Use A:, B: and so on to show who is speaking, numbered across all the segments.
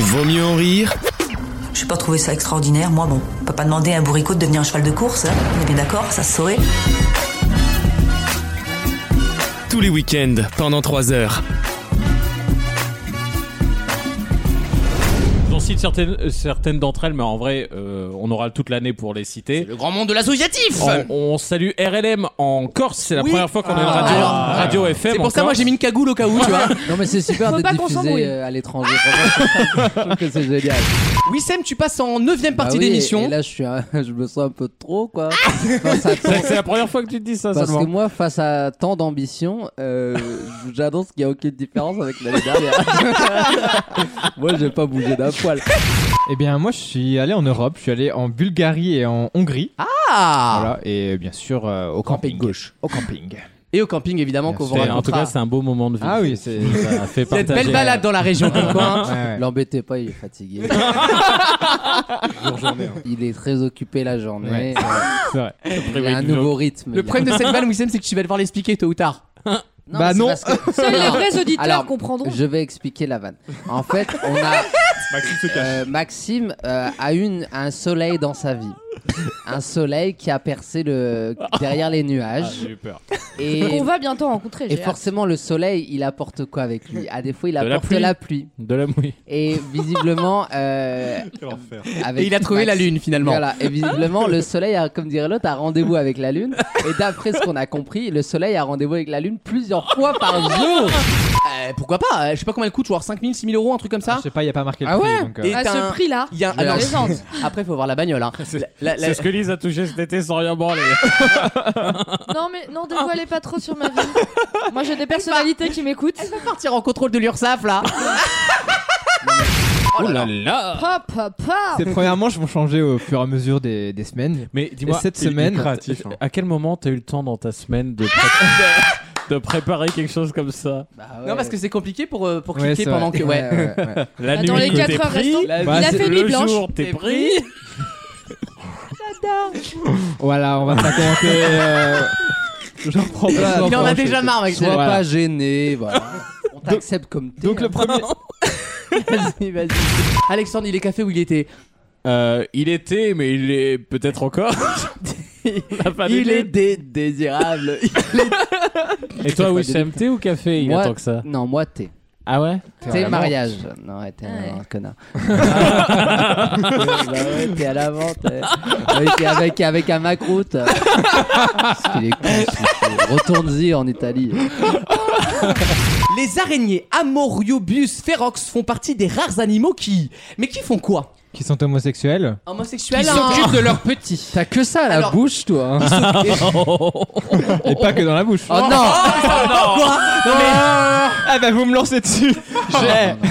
A: Vaut mieux en rire
B: Je n'ai pas trouvé ça extraordinaire, moi bon. On peut pas demander à un bourricot de devenir un cheval de course, hein. on est bien d'accord, ça se saurait.
A: tous les week-ends pendant 3 heures.
C: J'en cite certaines, euh, certaines d'entre elles, mais en vrai, euh, on aura toute l'année pour les citer.
D: Le grand monde de l'associatif
C: On, on salue RLM en Corse, c'est la
D: Oui.
C: première fois qu'on a une radio,
D: Ah.
C: radio FM.
D: C'est
C: en
D: pour ça, moi,
C: Corse.
D: j'ai mis une cagoule au cas où, tu vois.
E: Non mais c'est super
F: Faut
E: d'être
F: pas qu'on s'embrouille.
E: diffusé euh, à l'étranger. Franchement, je trouve que c'est génial.
D: Wissem, tu passes en 9ème
E: Bah
D: partie
E: oui, Et
D: d'émission.
E: là, je suis, un- je me sens un peu trop quoi. Face à tant-
C: C'est- C'est la première fois que tu te dis ça
E: Parce
C: seulement.
E: que moi, face à tant d'ambition, euh, j'annonce qu'il n'y a aucune différence avec l'année dernière. moi, j'ai pas bougé d'un poil.
G: Eh bien, moi, je suis allé en Europe. Je suis allé en Bulgarie et en Hongrie.
D: Ah
G: Voilà. Et bien sûr, euh, au camping. gauche. Au camping.
D: Et au camping, évidemment, qu'on vous
C: C'est- En tout cas,
D: racontera.
C: c'est un beau moment de vie.
G: Ah oui, c'est.
C: Ça fait
D: Cette
C: partager.
D: belle balade dans la
E: euh,
D: région hein. du coin.
G: Ouais, ouais.
E: L'embêtez pas, il est fatigué. Il est très occupé la journée.
G: Ouais.
E: Euh,
G: C'est vrai.
E: il y a un nouveau rythme.
D: Le problème de cette balle, Wissem, c'est que tu vas devoir l'expliquer tôt ou tard.
E: Non,
G: Bah
E: c'est
G: non.
E: parce que-
F: Seuls les
E: Non.
F: vrais auditeurs
E: Alors,
F: comprendront.
E: Je vais expliquer la vanne. En fait, on a euh, Maxime euh, a une un soleil dans sa vie, un soleil qui a percé le derrière les nuages
C: Ah, eu peur.
E: et
F: On va bientôt rencontrer.
E: et
F: j'ai hâte.
E: forcément le soleil il apporte quoi avec lui À des fois il
C: la
E: apporte de
C: pluie.
E: la pluie
C: De la mouille.
E: et visiblement euh, avec
D: Et il a trouvé la
E: Maxime-
D: lune, finalement.
E: Voilà, et visiblement, le soleil, a, comme dirait l'autre, a rendez-vous avec la lune. Et d'après ce qu'on a compris, le soleil a rendez-vous avec la lune plusieurs fois par jour.
D: Euh, pourquoi pas euh, Je sais pas combien elle coûte, genre 5000, 6000 euros, un truc comme ça.
G: Je sais pas, il n'y a pas marqué le
D: Ah
G: prix.
D: ouais
G: donc, euh,
D: Et
F: À
D: t'as un-
F: ce prix-là,
D: Il y a un-
F: je
D: alors-
F: plaisante.
D: Après, faut voir la bagnole. Hein. La- la- la-
C: C'est ce que Lise a touché cet été sans rien branler.
F: Non, mais non, dévoilez pas trop sur ma vie. Moi, j'ai des personnalités qui m'écoutent.
D: On va partir en contrôle de l'URSAF là.
C: Oh là là
F: Hop, hop, hop.
G: Ces premières manches vont changer au fur et à mesure des, des semaines.
C: Mais dis-moi,
G: Et cette
C: il- il est
G: semaine-
C: créatif,
D: euh,
C: hein. à quel moment t'as eu le temps dans ta semaine de, pré- de- de préparer quelque chose comme ça
E: Bah
D: Non, parce que c'est compliqué pour, euh, pour
G: Ouais,
D: cliquer
G: c'est
D: pendant
G: vrai.
D: que. Ouais.
C: La
F: Bah, dans les
C: nuit,
F: quatre
C: t'es
F: heures
C: pris.
F: restantes.
G: La-
C: Le
G: Bah,
F: Il a fait nuit blanche.
C: jour, t'es pris.
G: Voilà, on va pas commenter. euh, J'en prends pas.
D: Il en a déjà marre, mec.
E: Sois
G: Voilà.
E: pas gêné, voilà. On t'accepte comme t'es. hein.
G: Donc le premier.
E: Vas-y, vas-y.
D: Alexandre, il est café où il était
C: Euh, il était, mais il est peut-être encore. La fin du
E: Il est
C: monde.
E: désirable.
C: Et toi,
E: pas
C: oui,
E: du
C: thé ou café Il
E: Moi-
C: attend que ça.
E: non, moi, t'es.
C: Ah ouais
E: T'es
G: à la
E: mariage. Non, ouais, t'es un
F: Ouais.
E: connard. bah ouais, t'es à la vente. ouais. Ouais, t'es avec, avec un macroute. Parce qu'il est con, ce fou. Retourne-y en Italie.
D: Les araignées Amoriobius ferox font partie des rares animaux qui. Mais qui font quoi
G: Qui sont homosexuels
D: Homosexuels
E: Ils
D: hein.
E: s'occupent de leurs petits. T'as que ça à la
D: Alors-
E: bouche, toi. hein.
G: Et pas que dans la bouche.
E: Oh non
D: Non, mais
G: Ah bah vous me lancez dessus.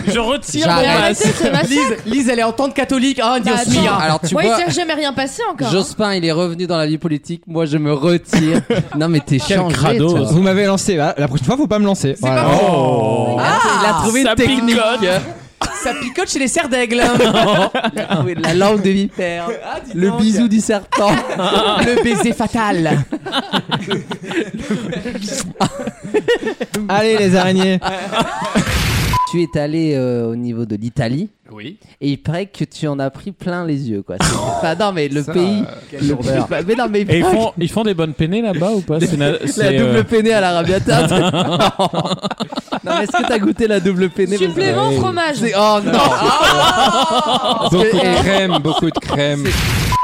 C: Je retire
E: J'arrête.
C: mon
F: Mais arrêtez,
C: masque.
F: c'est ma
D: Lise, Lise, elle est en tente catholique. Oh, Dieu
F: Bah,
D: suis,
F: attends.
D: hein.
E: Alors tu
F: Moi, il
E: vois,
F: s'est jamais rien passé encore.
E: Jospin, il est revenu dans la vie politique. Moi, je me retire. non, mais t'es
C: Quel
E: changé.
C: crado.
E: toi.
G: Vous m'avez lancé. bah, la prochaine fois, faut pas me lancer. Voilà.
C: Oh
D: Ah, il a trouvé
C: Ça
D: une technique.
E: hein.
C: picote.
D: Ça picote chez les cerfs d'aigle.
E: Il a trouvé de la langue de vipère.
D: Ah, dis
E: Le
D: donc.
E: bisou du serpent.
D: Le baiser fatal.
G: Allez les araignées.
E: tu es allé euh, au niveau de l'Italie.
C: Oui.
E: Et il paraît que tu en as pris plein les yeux, quoi. C'est- Enfin, non, mais le pays. le pays- Mais non, mais
C: Et ils
E: fuck,
C: font, ils font des bonnes peinées là-bas ou pas C'est na-
E: Ah, la
C: c'est,
E: double
C: euh,
E: peinée à l'arabiata. non, mais est-ce que t'as goûté la double peinée parce que-
F: Supplément fromage.
E: C'est- Oh non
H: Beaucoup de
E: Eh.
H: crème, beaucoup de crème.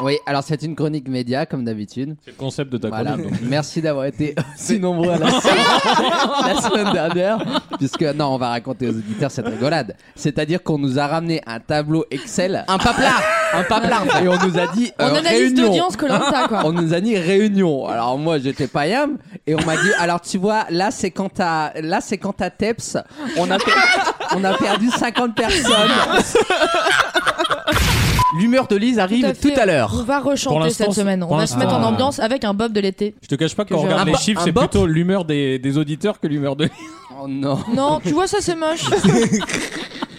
E: Oui, alors c'est une chronique média, comme d'habitude.
C: c'est le concept de ta
E: Voilà.
C: chronique, donc.
E: Merci d'avoir été si nombreux à la, la semaine dernière. Puisque, non, on va raconter aux auditeurs cette rigolade. C'est-à-dire qu'on nous a ramené un tableau Excel.
D: Un paplard.
E: Un paplard. Et on nous a dit.
F: On
E: euh,
F: analyse
E: réunion.
F: d'audience que l'on a, quoi.
E: On nous a dit réunion. Alors moi j'étais païam et on m'a dit alors tu vois là c'est quand à là c'est quand à Teps on a per- on a perdu 50 personnes.
D: L'humeur de Lise arrive tout
F: fait.
D: à, l'heure.
F: On va
C: Pour
F: rechanter
C: l'instant,
F: cette
C: c'est-
F: semaine. On
C: pour
F: va se
C: l'instant,
F: mettre en
C: euh,
F: ambiance avec un bob de l'été.
C: Je te cache pas
F: Que
C: qu'on
F: je-
C: regarde
D: un
C: les
D: bo-
C: chiffres,
D: un
C: c'est
D: bop
C: plutôt l'humeur des, des auditeurs que l'humeur de.
E: Oh non.
F: Non, tu vois, ça c'est moche.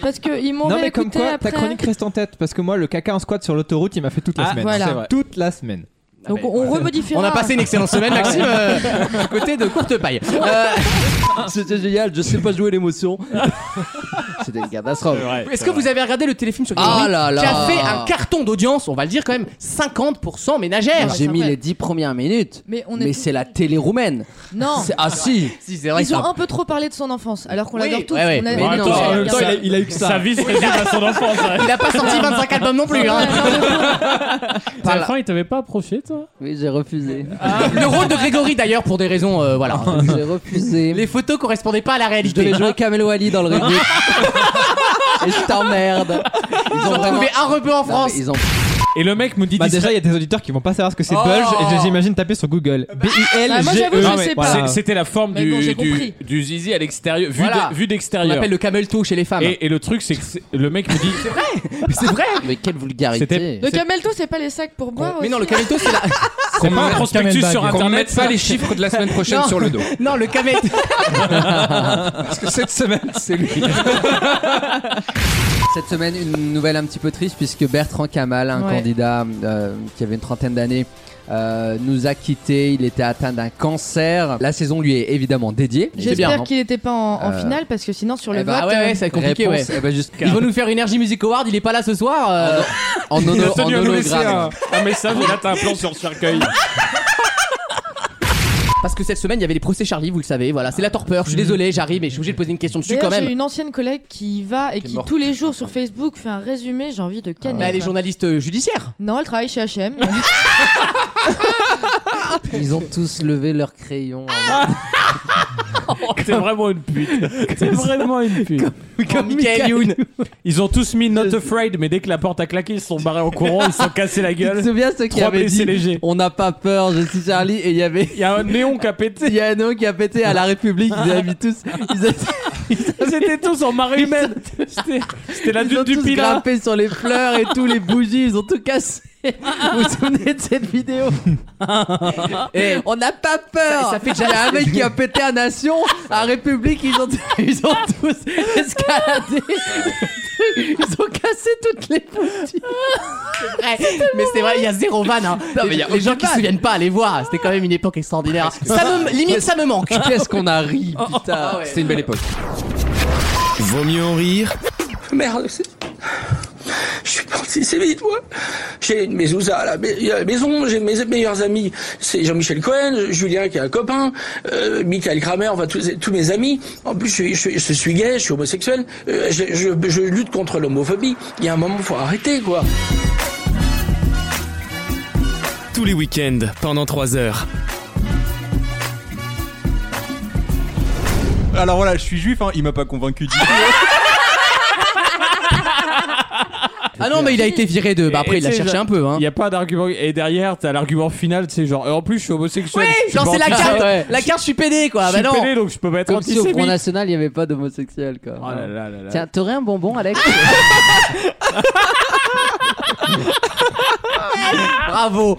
F: Parce qu'ils m'ont
G: Non mais comme
F: réécouté
G: quoi,
F: bah, après.
G: ta chronique reste en tête parce que moi, le caca en squat sur l'autoroute, il m'a fait toute la
C: Ah,
G: semaine.
F: voilà.
C: c'est vrai.
G: Toute la semaine.
F: Donc on remodifiera.
D: On a passé Ah, une excellente semaine, Maxime, euh, du côté de courte paille. Euh,
E: C'était génial, je sais pas jouer l'émotion. C'était une catastrophe.
D: Est-ce que vous avez regardé le téléfilm sur Grégory
E: Ah là là.
D: qui a fait un carton d'audience, on va le dire quand même, 50% ménagère
E: J'ai
F: c'est
E: mis
F: vrai.
E: les 10 premières minutes.
F: Mais on est.
E: Mais c'est la télé roumaine.
F: Non.
E: C'est- Ah si
D: Si, c'est
F: Ils
D: que
F: ont
D: ça-
F: un peu trop parlé de son enfance, alors qu'on
D: Oui,
F: l'adore tous.
D: ouais, ouais.
F: On a-
E: Mais
F: on a-
E: non,
F: on a-
D: euh,
E: en même
F: on a-
E: temps,
F: on a-
G: a eu que
C: Sa vie se résume à son enfance. ouais.
D: Il a pas sorti 25 albums non plus. hein.
F: Bah,
C: À
E: Par
C: la
E: là.
C: fin, il t'avait pas approché, toi
E: Oui, j'ai refusé.
D: Le rôle de Grégory d'ailleurs pour des raisons euh, voilà.
E: J'ai refusé.
D: Les photos correspondaient pas à la
E: Ah. Je
D: réalité.
E: devais jouer Camelo Ali dans le rugby. Et je t'emmerde. Ils
D: Ils ont trouvé un rebeu en
E: Non, mais
D: France.
E: ils ont-
C: Et le mec nous dit
G: Bah déjà il y a des auditeurs qui vont pas savoir ce que c'est
D: Oh.
G: Bulge et j'imagine taper sur Google. B I L
F: Ah, moi,
G: G
F: j'avoue,
G: E.
C: euh,
F: je sais pas.
G: Voilà.
I: C'était la forme
F: Mais bon,
I: du,
F: j'ai
I: du,
F: compris.
I: du zizi à l'extérieur, vue
D: Voilà.
I: de- vue
D: On
I: d'extérieur.
D: appelle le camelto chez les femmes.
I: Et, et le truc, c'est que c'est- le mec me dit
D: C'est vrai.
E: Mais quelle vulgarité.
F: Le camelto, c'est pas les sacs pour boire.
D: Oh, Mais non, le
F: aussi
D: camelto c'est la.
I: qu'on met
G: pas
I: un
G: un
I: prospectus
G: camelback.
I: sur
G: Qu'on
I: internet,
G: mette
I: pas les chiffres de la semaine prochaine
D: Non.
I: sur le dos.
D: Non, le camelto.
H: Parce que cette semaine, c'est lui.
E: Cette semaine, une nouvelle un petit peu triste puisque Bertrand Kamal, un
F: Ouais.
E: candidat euh, qui avait une trentaine d'années, euh, nous a quittés. Il était atteint d'un cancer. La saison lui est évidemment dédiée. C'est bien.
F: J'espère
E: hein.
F: qu'il n'était pas en, en
E: Euh,
F: finale parce que sinon sur le
E: eh
F: vote.
E: bah
D: ben, ouais, ouais,
F: euh,
D: ça va être compliqué.
E: Réponse,
D: ouais.
E: eh ben, juste-
D: Ils vont nous faire une Energy Music Award. Il est pas là ce soir. euh,
E: en,
I: Il
E: ono-
I: a tenu
E: en
I: à nous laisser
E: hologramme.
I: un, un message et là t'as un plan sur le cercueil.
D: Parce que cette semaine, il y avait les procès Charlie, vous le savez. Voilà, c'est la torpeur. Je suis désolé, j'arrive, mais je suis obligé de poser une question dessus quand
F: euh, D'ailleurs, j'ai
D: même.
F: une ancienne collègue qui y va et
E: Qui est
F: qui,
E: morte.
F: tous les jours sur Facebook fait un résumé. J'ai envie de canner.
D: Bah, elle est
F: quoi.
D: journaliste euh, judiciaire.
F: Non, elle travaille chez HM.
J: Ah,
E: Ils ont tous levé leur crayon.
D: Ah,
C: T'es vraiment une pute. T'es vraiment une pute.
J: Oh,
D: Comme Michael Youn.
C: Ils ont tous mis Not Afraid, mais dès que la porte a claqué, ils se sont barrés en courant, ils se sont cassés la
E: Tu te
C: gueule.
E: souviens ceux qui
C: Trois
E: avaient
C: blessés
E: dit
C: légers.
E: On n'a pas peur, je suis Charlie. Et il y avait
C: Il y a un néon qui a pété.
E: Yano qui a pété à la République. Ils avaient tous. Ils avaient-
C: Ils étaient tous en marée humaine. C'était c'était la
E: Ils
C: dune
E: ont
C: du
E: tous
C: Pilat.
E: grimpé sur les fleurs et tous les bougies, ils ont tout cassé. Vous vous souvenez de cette vidéo
D: Eh,
E: On n'a pas peur.
D: Ça- ça fait déjà-
E: Il y a un mec qui a pété à Nation, à République, ils ont, ils ont tous escaladé. Ils ont cassé toutes les bougies.
D: Ouais, mais c'est vrai, il y a zéro van. Hein. les les gens qui se souviennent pas, allez voir. C'était quand même une époque extraordinaire. Ça me, limite, ça me manque. Oh,
E: Qu'est-ce qu'on a ri, putain.
D: ouais.
E: C'était une belle époque.
A: Vaut mieux en rire
K: Merde, c'est- Je suis parti, c'est vite, moi. J'ai une mezouza à la mai- à la maison, j'ai mes meilleurs amis. C'est Jean-Michel Cohen, Julien qui est un copain, euh, Michael Kramer, enfin tous, tous mes amis. En plus, je, suis- je suis- je suis gay, je suis homosexuel, euh, je, je- je lutte contre l'homophobie. Il y a un moment, faut arrêter, quoi.
A: tous les week-ends pendant 3 heures.
I: Alors voilà, je suis juif, il m'a pas convaincu du
D: Ah non, mais il a été viré de. Bah après,
C: Et
D: il a
C: tu sais,
D: cherché
C: je-
D: un peu. Hein.
C: Il n'y a pas d'argument. Et derrière, t'as l'argument final, tu sais, genre, et en plus, je suis homosexuel.
D: Oui,
C: Je suis Ah,
D: genre
C: pas
D: c'est la
C: antisémite.
D: carte.
E: ouais.
D: La carte, je suis pédé quoi.
C: Je
D: Bah
C: suis
D: non.
C: pédé, donc je peux pas être
E: Comme si au Front
C: antisémite.
E: National, il n'y avait pas d'homosexuel, quoi.
C: Oh là là là là.
E: Tiens, t'aurais un bonbon, Alex
D: Bravo.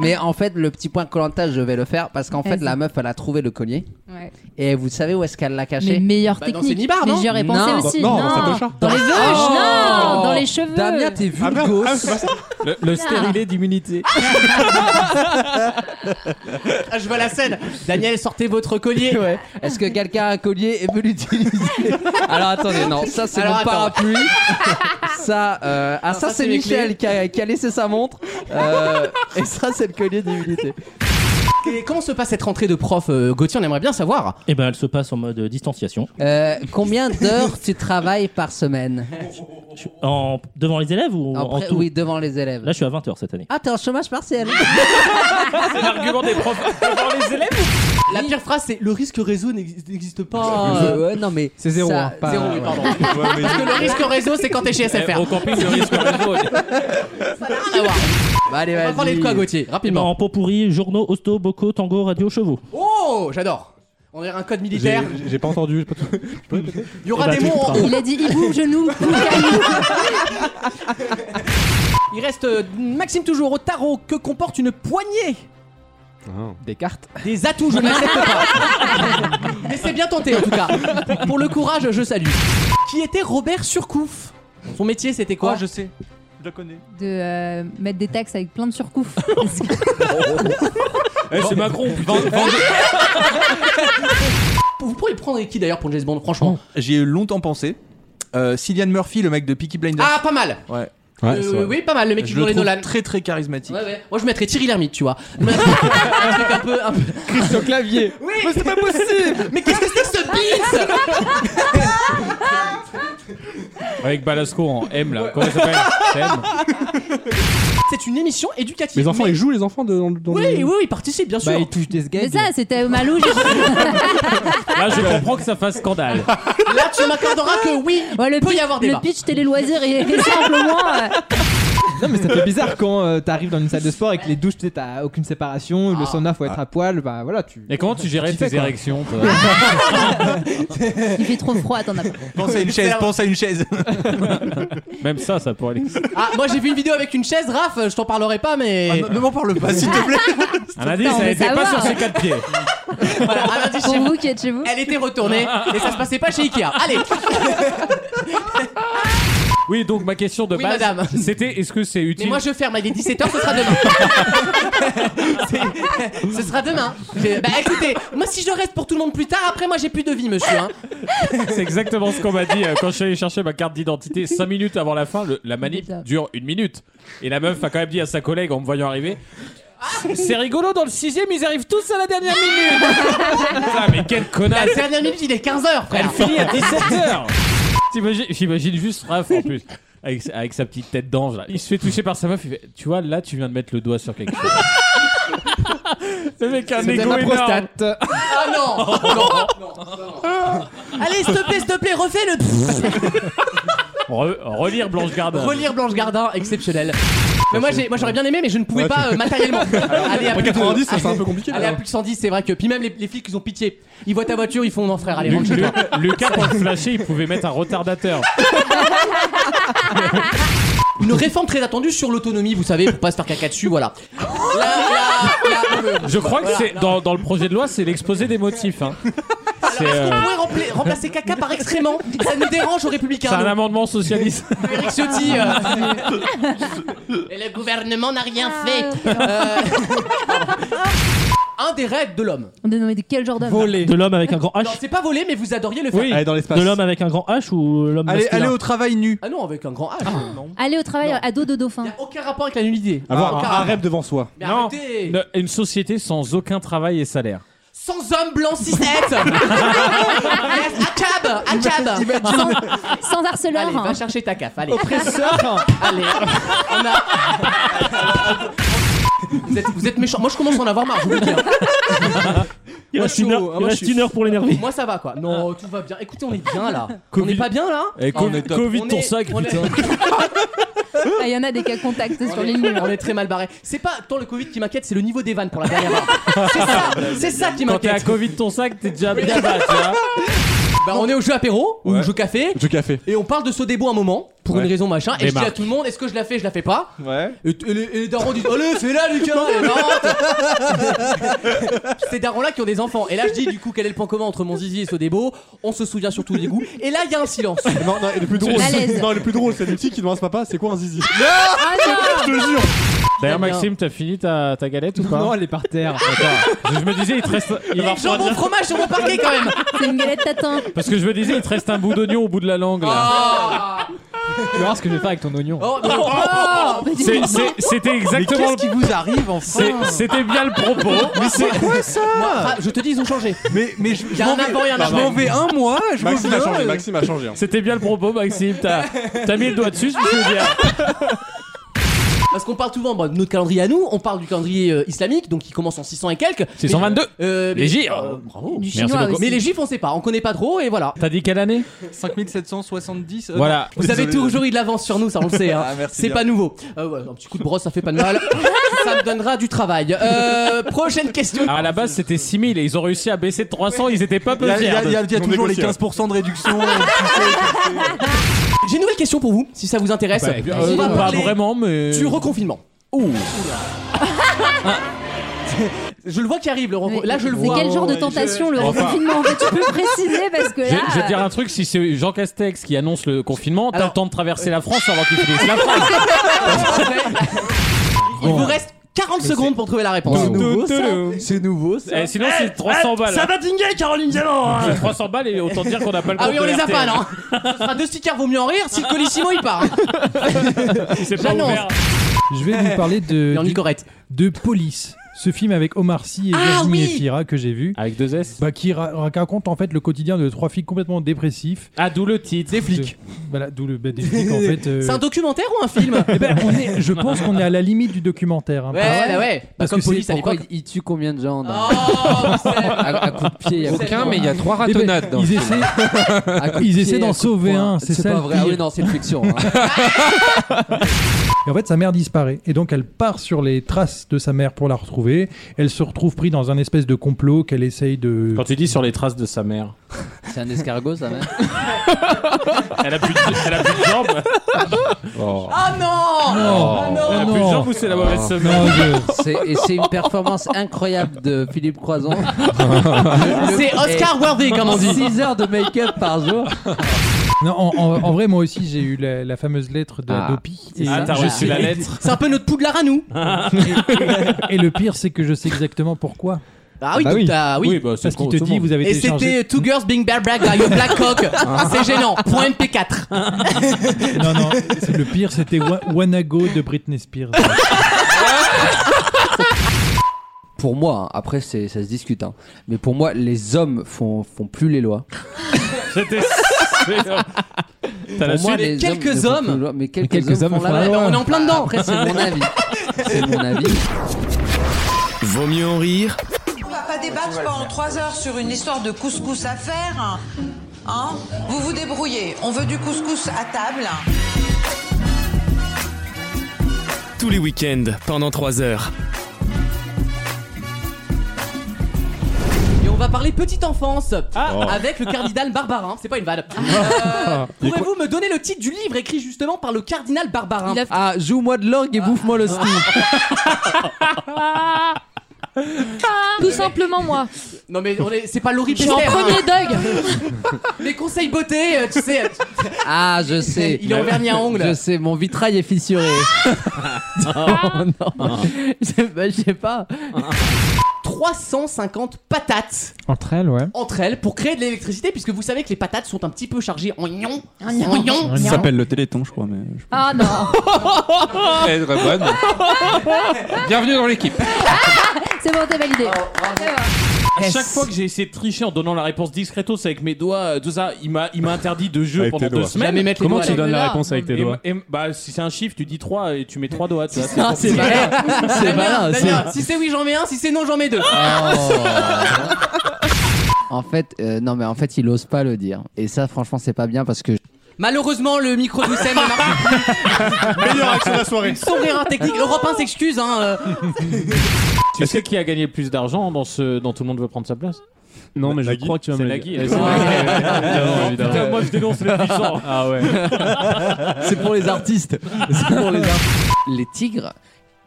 E: Mais en fait, le petit point collantage, je vais le faire parce qu'en fait,
J: Vas-y.
E: la meuf, elle a trouvé le collier.
J: Ouais.
E: Et vous savez où est-ce qu'elle l'a
J: Mais
E: caché
J: meilleure
D: Bah, dans
J: technique.
D: ses nibards, non
J: mais j'y aurais pensé
E: Non.
J: aussi.
G: Bah, non, dans sa poche.
J: dans les veuches,
E: Oh.
J: non, dans les cheveux.
E: Damien, t'es
C: Ah, bah,
E: vulgos.
C: Le, le stérilé d'immunité.
D: Ah, je vois la scène. Daniel, sortez votre collier.
E: Ouais. Est-ce que quelqu'un a un collier et peut l'utiliser Alors attendez, non, ça c'est
D: Alors,
E: mon
D: attends.
E: parapluie. ça, euh, ah, ça,
D: ça, c'est
E: c'est
D: mes
E: Michel qui a, qui a laissé sa montre. Euh, et ça c'est le collier d'immunité.
D: Et comment se passe cette rentrée de prof, euh, Gauthier On aimerait bien savoir.
C: Et ben, elle se passe en mode distanciation.
E: Euh, combien d'heures tu travailles par semaine
C: En, devant les élèves ou
E: En pré- Oui, devant les élèves.
C: je suis à 20h cette année.
E: Ah, t'es en chômage partiel.
C: Ah, C'est l'argument des profs devant les élèves
D: La pire phrase, c'est le risque réseau n'exi- n'existe pas.
E: Euh, ouais, non mais
G: C'est zéro,
E: ça-
G: hein, pas-
E: zéro,
D: Oui, pardon. Parce que le risque réseau, c'est quand t'es chez SFR.
C: Au camping, le risque réseau.
D: Rien à voir.
E: Bah, allez,
D: On va
E: vas-y.
D: parler de quoi, Gauthier Rapidement.
C: pot pourri, journaux, hosto, bocaux, tango, radio, chevaux.
D: Oh, j'adore. On dirait un code
G: J'ai
D: militaire.
G: j'ai pas entendu. j'ai pas-
D: Il y aura
C: Eh ben,
D: des mots. en-
J: Il a dit hibou, genou, cou, caillou.
D: Il reste euh, Maxime toujours au tarot. Que comporte une poignée
G: Des cartes.
D: Des atouts, je n'accepte pas. Mais c'est bien tenté en tout cas. Pour le courage, je salue. Qui était Robert Surcouf Son métier, c'était quoi
G: je sais.
L: Je la connais.
J: de euh, mettre des taxes avec plein de surcouf.
I: Eh, c'est Macron, putain.
D: Vous pourriez prendre qui d'ailleurs pour James Bond, franchement
L: J'y ai longtemps pensé. Euh, Cillian Murphy, le mec de Peaky Blinders.
D: Ah, pas mal
L: Ouais.
D: Euh, oui, pas mal, le mec qui
L: Je
D: joue dans les
L: trouve
D: Nolan.
L: Très très charismatique.
D: Ouais, ouais. Moi je mettrais Thierry Lhermitte, tu vois. Mais un truc un peu. Un peu...
L: Christian Clavier.
D: Oui
L: Mais c'est pas possible
D: Mais qu'est-ce que c'est que ce beat
C: Avec Balasco en M là. Comment il s'appelle M.
D: C'est une émission éducative.
G: Les enfants,
D: mais-
G: ils jouent les enfants de- dans, dans
D: Oui,
G: le-
D: oui, oui, ils participent, bien sûr.
G: Bah, ils touchent des
J: Mais
G: gags.
J: ça, c'était au Malou.
C: Là, je comprends que ça fasse scandale.
D: Là, tu m'accorderas que oui, il
J: le
D: peut y
J: pitch-
D: avoir
J: Le
D: débat.
J: pitch télé loisirs, il était simplement. euh,
G: Non, mais ça fait bizarre quand euh, t'arrives dans une salle de sport et que les douches, tu sais, t'as aucune séparation, le sauna, faut être à poil, bah voilà, tu.
C: Et comment tu gérais
G: Tu fais
C: tes
G: quoi
C: érections toi
J: il fait trop froid, t'en as pas.
L: Pense à une chaise, pense à une chaise.
C: Même ça, ça pourrait aller.
D: Ah, moi j'ai vu une vidéo avec une chaise, Raph, je t'en parlerai pas,
G: Ah,
D: mais.
L: ne ne m'en parle pas, s'il te plaît.
C: Un indice,
J: Non,
C: elle
J: mais
C: était
J: ça
C: pas
J: va.
C: sur ses quatre pieds.
D: Voilà, un indice chez
J: Pour
D: vous.
J: vous qui êtes chez vous.
D: Elle était retournée et ça se passait pas chez Ikea. Allez,
C: Oui, donc ma question de
D: Oui,
C: base,
D: madame.
C: c'était est-ce que c'est
D: mais
C: utile
D: moi je ferme, il est 17h, ce sera demain. C'est- ce sera demain. J'ai- Bah écoutez, moi si je reste pour tout le monde plus tard, après moi j'ai plus de vie, monsieur. hein.
C: C'est exactement ce qu'on m'a dit euh, quand je suis allé chercher ma carte d'identité 5 minutes avant la fin. le- la manip dure une minute. Et la meuf a quand même dit à sa collègue en me voyant arriver C'est rigolo, dans le 6 ils arrivent tous à la dernière minute Ah, mais quelle
D: La
C: connasse
D: dernière minute, il est 15h,
C: Elle
D: frère.
C: finit à 17h T'imagines- J'imagine juste Raph en plus. Avec, sa- avec sa petite tête d'ange là. Il se fait toucher par sa meuf, il fait Tu vois, là tu viens de mettre le doigt sur quelque chose. Le mec a un
G: C'était
C: égo
G: ma
C: énorme.
G: prostate.
D: Ah non, non, non. Allez, s'il te plaît, s'il te plaît, refais le.
C: Re- relire Blanche Gardin.
D: Relire Blanche Gardin, exceptionnel. Mais moi, j'ai- moi, j'aurais bien aimé, mais je ne pouvais
C: Ouais,
D: pas euh, matériellement. Allez, à
I: Après
D: plus de-
I: 90, ça, c'est un peu compliqué,
D: Allez,
I: là.
D: à plus de 110, c'est vrai que. Puis même les, les flics, ils ont pitié. Ils voient ta voiture, ils font non, frère, allez,
C: Lu-
D: rentre chez toi.
C: Lu- Lucas, pour le flasher, il pouvait mettre un retardateur.
D: Une réforme très attendue sur l'autonomie, vous savez, pour pas se faire caca dessus, voilà. Là, là, là, euh,
C: Je crois que
D: voilà,
C: c'est
D: là.
C: dans, dans le projet de loi, c'est l'exposé des motifs. hein. C'est euh,
D: On pourrait rempla- remplacer caca par excrément. Ça nous dérange aux
C: c'est un
D: républicains.
C: amendement socialiste.
D: nous. Éric Ciotti. euh, Et le gouvernement n'a rien
J: Ah.
D: fait. Euh, Un des rêves de l'homme.
J: On est nommé de quel genre d'homme
G: Voler.
M: De l'homme avec un grand
D: Non,
M: H
D: c'est pas volé, mais vous adoriez le faire.
M: Oui.
G: Aller dans l'espace.
M: De l'homme avec un grand H ou l'homme
L: Allez, allez
M: masculin
L: au travail nu.
D: Ah non, avec un grand H. non.
J: Aller au travail à dos de dauphin.
D: Y a aucun rapport avec la nudité.
G: Avoir
D: Aucun
G: un- un,
D: rapport.
G: rêve devant soi.
D: Mais
C: Non.
D: arrêtez
C: Ne- Une société sans aucun travail et salaire.
D: Sans homme blanc 6 net Achab Achab
J: Sans harceleur.
D: Allez, va
J: hein.
D: chercher ta CAF, allez.
G: Oppresseur
D: allez. On a... vous, êtes, vous êtes méchants. Moi, je commence à en avoir marre, je vous le dis. hein.
M: Il
D: Moi,
M: reste
D: je suis
M: une
D: au-
M: heure-
D: ah,
M: il
D: moi,
M: reste
D: je suis-
M: une heure pour l'énerver.
D: Moi, ça va, quoi. Non, tout va bien. Écoutez, on est bien, là. On
C: Ah. Covid-
D: est pas bien, là
A: Eh,
C: Et
D: On est top.
C: Covid
D: On
C: ton
D: est-
C: sac,
D: on est-
C: putain.
J: Ah, Il y en a des cas contacts sur
D: on
J: les lignes.
D: est, on est très mal barré. C'est pas tant le Covid qui m'inquiète, c'est le niveau des vannes pour la dernière heure. C'est ça, c'est ça qui
C: Quand t'es à
D: m'inquiète.
C: Covid ton sac, t'es déjà bien bas, tu vois.
D: Bah, on est au jeu apéro ou
I: Ouais.
D: au jeu café
I: Du café.
D: et on parle de Sodebo un moment pour
I: Ouais.
D: une raison machin et
C: Des
D: je dis à
C: marques.
D: tout le monde est-ce que je la fais je la fais pas
L: Ouais.
D: et, et les, et les darons disent allez fais la Lucas elle est marrante. ces darons là qui ont des enfants et là je dis du coup quel est le point commun entre mon zizi et Sodebo on se souvient surtout des goûts et là il y a un silence
I: Non, non, et le plus drôle,
J: Malaise.
I: non, le plus drôle, c'est l'outil qui demande à ce papa, c'est quoi un zizi
J: Ah, non.
I: Je te jure.
C: D'ailleurs,
D: bien.
C: Maxime, t'as fini ta, ta galette ou pas
G: Non, elle est par terre.
C: Attends, je me disais, il te reste. il va
D: jambon
C: refroidir.
D: fromage sur mon parquet quand même
J: C'est une galette tatin.
C: Parce que je me disais, il te reste un bout d'oignon au bout de la langue là.
G: Tu vas voir ce que je vais faire avec ton oignon.
D: Ah. Oh, non. Oh.
C: C'est- c'est- C'était
L: Mais
C: exactement.
L: qu'est-ce
C: le-
L: qui vous arrive enfin
C: c'est- C'était bien le propos.
L: Mais c'est quoi
D: Moi,
L: ça
D: enfin, je te dis ils ont changé
L: Mais, mais je,
D: Il y
L: je
D: a
L: m'en
D: un avant et
L: vais,
D: un
L: je
D: après.
L: m'en vais un mois, je
I: Maxime a
L: reviens,
I: changé,
L: euh,
I: Maxime a changé. hein.
C: C'était bien le propos, Maxime. T'as t'as mis le doigt dessus, je veux dire.
D: parce qu'on parle souvent bon, de notre calendrier à nous on parle du calendrier euh, islamique donc il commence en 600 et quelques
C: 622.
D: Euh, mais-
C: Les gires.
D: euh, bravo
J: Du
C: Merci
J: chinois
C: beaucoup.
J: aussi.
D: mais les juifs on sait pas on connaît pas trop et voilà
C: T'as dit quelle année
L: 5770. euh,
C: Voilà.
D: Vous avez toujours eu de l'avance sur nous, ça on le sait. hein.
L: Ah, merci
D: C'est
L: bien.
D: pas nouveau. Euh, ouais, un petit coup de brosse, ça fait pas de mal. ça me donnera du travail. Euh, prochaine question.
C: Alors à la base c'était 6000 et ils ont réussi à baisser de 300, ils étaient pas
L: Il
C: peu
L: y a, il y a-
C: fiers.
L: il y a- il y a
I: Non
L: toujours les
I: négociable.
L: 15% de réduction. euh, tu sais, tu sais.
D: J'ai une nouvelle question pour vous, si ça vous intéresse.
C: Bah, euh,
D: on va
C: pas euh,
D: parler
C: vraiment mais
D: du reconfinement. Ah. Je le vois qui arrive, le rencontre. Oh, Là, je le
J: C'est
D: vois. Oh,
J: quel genre de
D: Je-
J: tentation le
C: Enfin.
J: confinement en fait, Tu peux préciser parce que
C: Je,
J: là.
C: je vais te dire un truc, si c'est Jean Castex qui annonce le confinement, t'as le temps de traverser
D: euh,
C: la France avant qu'il finisse la France.
D: Ah, Il vous reste 40 secondes pour trouver la réponse.
C: C'est nouveau, ça
D: C'est nouveau ça.
C: Eh, sinon, c'est 300 balles.
M: Ah, Ça va dinguer, Caroline Diamant hein.
C: C'est 300 balles et autant dire qu'on n'a pas le
D: Ah oui,
C: compte
D: on
C: de
D: les a
C: RTL.
D: pas non. Ce sera deux stickers, vaut mieux en rire. Si le colissimo il part.
C: Si c'est pas
D: J'annonce.
C: ouvert.
N: Je vais vous parler de,
D: en
N: du-
D: licorette.
N: de Police, ce film avec Omar Sy et
D: Ah
N: Virginie
D: oui
N: Efira que j'ai vu.
C: Avec deux S
N: bah, Qui ra- raconte en fait le quotidien de trois filles complètement dépressifs.
C: Ah, d'où le titre. Des
N: flics. voilà, d'où le bah, des flics en fait. euh,
D: C'est un documentaire ou un film
N: eh ben, on est- je pense qu'on est à la limite du documentaire. hein,
D: Ouais,
N: parce-
D: Ah, bah ouais. Oh, Bah,
N: Parce
D: comme
N: que c'est-
D: Police à
N: pourquoi-
D: l'époque.
E: Il tue combien de gens dans-
D: à,
E: à coup de pied, Oh. il y a
L: Aucun, mais il y a trois
N: Eh ben,
L: ratonnades dans
N: ils
L: le
N: essaient-
L: film.
E: à coup de
N: Ils
E: pied,
N: essaient
E: à
N: d'en
E: coup de
N: sauver
E: poing.
N: un, c'est
E: C'est
N: ça
E: pas
N: le
E: vrai. Ah
N: pire.
E: oui, non, c'est une fiction. hein.
N: Et en fait, sa mère disparaît. Et donc, elle part sur les traces de sa mère pour la retrouver. Elle se retrouve prise dans un espèce de complot qu'elle essaye de.
C: Quand tu dis sur les traces de sa mère,
E: C'est un escargot, ça, même.
C: elle a plus de, elle a plus de jambes.
D: Oh non
C: Oh, Elle a plus de jambes ou
D: Oh.
C: c'est la mauvaise semaine
E: C'est- Et c'est une performance incroyable de Philippe Croison.
D: C'est Oscar worthy, comme on dit.
E: 6 heures de make-up par jour.
N: Non, en, en- en vrai, moi aussi, j'ai eu la, la fameuse lettre de
E: Ah.
N: Dopi.
E: C'est ça. Ah, t'as
N: je
C: reçu
N: sais-
C: la lettre.
D: C'est un peu notre poudlard à nous.
N: Et le pire, c'est que je sais exactement pourquoi.
D: Ah oui, donc t'as- oui.
N: Parce qu'il te dit, vous avez
D: Et
N: téléchargé.
D: c'était Two Girls Being Bare Black dans your Black Cock. C'est gênant. Point MP4.
N: Non, non, c'est- le pire, c'était Wa- Wanago de Britney Spears.
E: Pour moi, hein, après, c'est- ça se discute. hein. Mais pour moi, les hommes font, font plus les lois.
C: C'était. T'as la
E: Pour moi,
C: suite
E: les
D: quelques
E: ne font plus
D: hommes.
E: les lois, mais quelques,
N: quelques
E: hommes,
N: hommes
E: font
N: font
E: la
N: la
E: loi.
N: loi.
D: On est en plein dedans.
E: Après, c'est mon avis. C'est mon avis.
A: Vaut mieux en rire
B: On va pas débattre pendant trois heures sur une histoire de couscous à faire. Hein vous vous débrouillez. On veut du couscous à table.
A: tous les week-ends pendant 3 heures.
D: Et on va parler petite enfance
I: Oh.
D: avec le cardinal Barbarin. C'est pas une vanne.
I: Ah.
D: Euh, Pourrez-vous me donner le titre du livre écrit justement par le cardinal Barbarin
F: Il a-
E: Ah, joue-moi de l'orgue et bouffe-moi le ski.
J: euh,
F: Tout simplement moi.
D: Non mais on est- c'est pas Laurie
F: Je suis en
D: Pester.
F: premier Doug.
D: Mes conseils beauté, euh, tu sais.
E: Ah, je sais.
D: Il est en vernis à ongles. Ah.
E: Je sais, mon vitrail est fissuré. non, non. Je bah, je sais pas.
D: 350 patates
N: Entre elles, ouais.
D: entre elles pour créer de l'électricité puisque vous savez que les patates sont un petit peu chargées en ion. En
F: ion.
D: ion.
L: Ça s'appelle le Téléthon, je crois. Mais...
F: Ah non.
L: Très, très bonne. Bienvenue dans l'équipe.
F: C'est bon, t'es validé. C'est bon.
C: À chaque fois que j'ai essayé de tricher en donnant la réponse discretos avec mes doigts, euh, tout ça, il m'a, il m'a interdit de jeu
I: Avec
C: pendant
I: tes
C: deux
I: doigts.
C: semaines.
D: Jamais mettre les Comment doigts tu avec donnes les la doigts. réponse
I: avec tes
C: Et-
I: doigts
C: et- Bah, si c'est un chiffre, tu dis 3 et tu mets trois doigts. tu vois,
D: Non, c'est
C: compliqué.
D: malin.
E: C'est
D: Damien,
E: malin.
D: Damien,
E: c'est-
D: si c'est oui j'en mets un, si c'est non j'en mets deux. Oh.
E: En fait, euh, non, mais en fait, il ose pas le dire. Et ça, franchement, c'est pas bien parce que.
D: Malheureusement le micro de Sam est marqué.
I: Meilleure action de la soirée.
D: Sombre erreur technique. Europe 1 s'excuse hein. euh.
C: Tu sais qui a gagné le plus d'argent dans ce, dans tout le monde veut prendre sa place
M: Non, mais je
C: Nagui.
M: crois que tu vas
C: C'est
M: me
C: Nagui.
M: le
C: Eh, c'est Nagui. Évidemment, évidemment. Putain, moi je dénonce les puissants.
M: Ah ouais.
E: C'est pour les artistes. C'est pour les artistes. Les tigres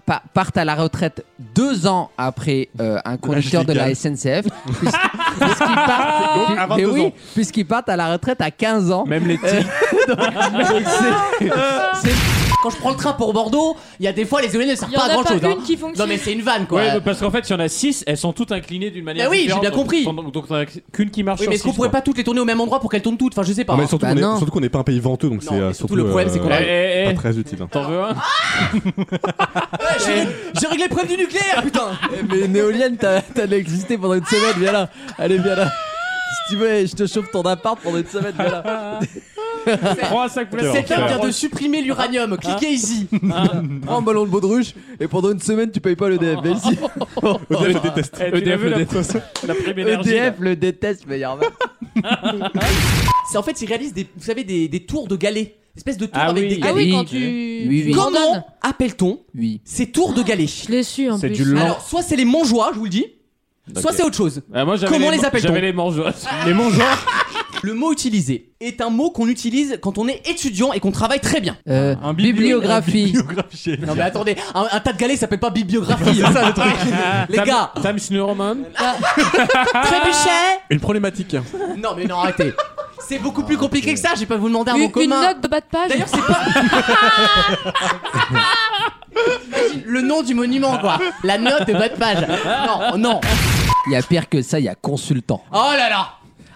E: pa- partent à la retraite deux ans après euh, un conducteur de la
I: légale.
E: SNCF. puisqu'- Puisqu'ils partent,
I: Donc, à
E: mais
I: 22
E: oui,
I: ans.
E: puisqu'ils partent à la retraite à 15 ans. Même les tigres.
D: C'est- Quand je prends le train pour Bordeaux, il y a des fois les éoliennes ne servent
F: Il y en
D: pas à
F: a
D: grand
F: pas
D: chose.
F: une
D: hein.
F: qui fonctionne.
D: Non mais c'est une vanne quoi.
C: Ouais, mais parce qu'en fait, il y en a 6, elles sont toutes inclinées d'une manière
D: Bah oui, j'ai
C: différente.
D: bien
C: donc-
D: compris.
C: Donc, donc, t'en as qu'une qui marche
D: Oui, mais est-ce
C: sur
D: qu'on
C: six,
D: pourrait
C: quoi.
D: pas toutes les tourner au même endroit pour qu'elles tournent toutes Enfin, je sais pas.
I: Non, mais
D: hein.
I: surtout
E: Bah
I: qu'on est-
E: non.
I: surtout qu'on n'est pas un pays venteux, donc
D: Non,
I: c'est
D: mais
I: euh, surtout
D: surtout, le problème,
I: euh,
D: c'est qu'on a-
I: pas
C: Eh, eh, eh.
I: très utile. hein.
C: T'en veux un
D: Ah, Ouais, j'ai réglé- J'ai réglé le problème du nucléaire, putain.
E: Mais une éolienne, t'as t'as de l'électricité pendant une semaine, viens là. Allez, viens là. Si tu veux, je te chauffe ton appart pendant une semaine, viens là.
C: 3 à 5 places.
D: Cet homme vient de supprimer
F: Ah.
D: l'uranium. Cliquez ici.
E: Prends un ballon de baudruche et pendant une semaine, tu payes pas le Merci.
I: EDF, je déteste.
M: E
C: EDF, le déteste. La prime énergie.
D: E
E: EDF le déteste, mais il y a
D: C'est en fait, ils réalisent des, vous savez, des, des tours de galets. Espèce de tours
C: Ah
D: avec
C: oui.
D: des
F: Ah
D: galets.
F: oui, quand tu.
E: Oui, oui.
F: tu
D: Comment
F: ordonnes.
D: appelle-t-on
E: Oui.
D: ces tours de galets
F: Je l'ai su en
C: C'est
F: plus.
C: du lent.
D: Alors, soit c'est les montjoie, je vous le dis, soit
C: Ok.
D: c'est autre chose.
C: Ah, moi, j'avais
D: Comment les
C: man-
D: appelle-t-on
C: J'avais les mangeoires.
M: Les mangeoires
D: Le mot utilisé est un mot qu'on utilise quand on est étudiant et qu'on travaille très bien.
E: Euh, bibliographie.
D: Non mais attendez, un, un tas de galets ça s'appelle pas bibliographie, c'est ça le truc. Les
C: Tam-
D: gars.
C: Tam Snurman.
D: Trébuchet.
I: Une problématique.
D: Non mais non arrêtez. C'est beaucoup plus compliqué que ça, j'ai pas vous demander un
F: Une,
D: mot
F: une
D: commun.
F: note de bas de page.
D: D'ailleurs, c'est pas. Le nom du monument quoi. La note de bas de page. Non, non.
E: Il y a pire que ça, il y a consultant.
D: Oh là là.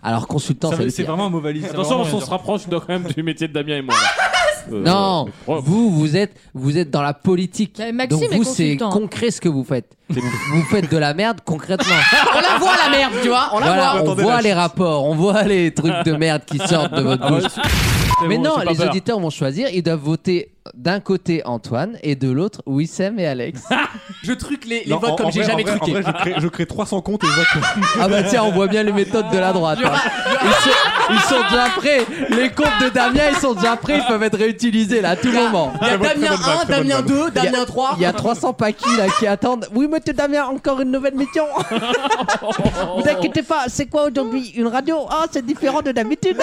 E: Alors consultant,
C: Ça,
E: ça veut
C: c'est
E: dire-
C: vraiment un mauvais
E: livre, ça
C: Attention,
E: va vraiment
C: on se rapproche de- quand même du métier de Damien et moi. Euh,
E: Non, vous, vous êtes, vous êtes dans la politique.
F: Maxime
E: Donc
F: est
E: vous, c'est
F: consultant.
E: concret ce que vous faites. vous faites de la merde concrètement.
D: On la voit la merde, tu vois, on la
E: Voilà,
D: voit.
E: on voit les rapports, on voit les trucs de merde qui sortent de votre
D: Ah ouais,
E: bouche.
D: c'est-
E: Mais
D: bon,
E: non,
D: j'ai pas
E: les
D: peur.
E: auditeurs vont choisir. Ils doivent voter d'un côté Antoine et de l'autre Wissem et Alex.
D: Je truque les, les
E: Non, en-
D: votes comme
E: en
D: j'ai
E: vrai-
D: jamais
E: en vrai-
D: truqué.
E: en vrai, je crée-
I: Je crée 300 comptes et je vois que-
E: Ah bah tiens, on voit bien les méthodes de la droite. hein. Ils, sont, ils sont déjà prêts. Les comptes de Damien, ils sont déjà prêts. Ils peuvent être réutilisés là à tout moment.
D: Il y a Damien 1, Damien 2,
E: Il y a-
D: Damien 3.
E: Il y a 300 paquis là qui attendent. Oui, monsieur Damien, encore une nouvelle mission. Vous inquiétez pas, c'est quoi aujourd'hui Une radio Ah, c'est différent de d'habitude.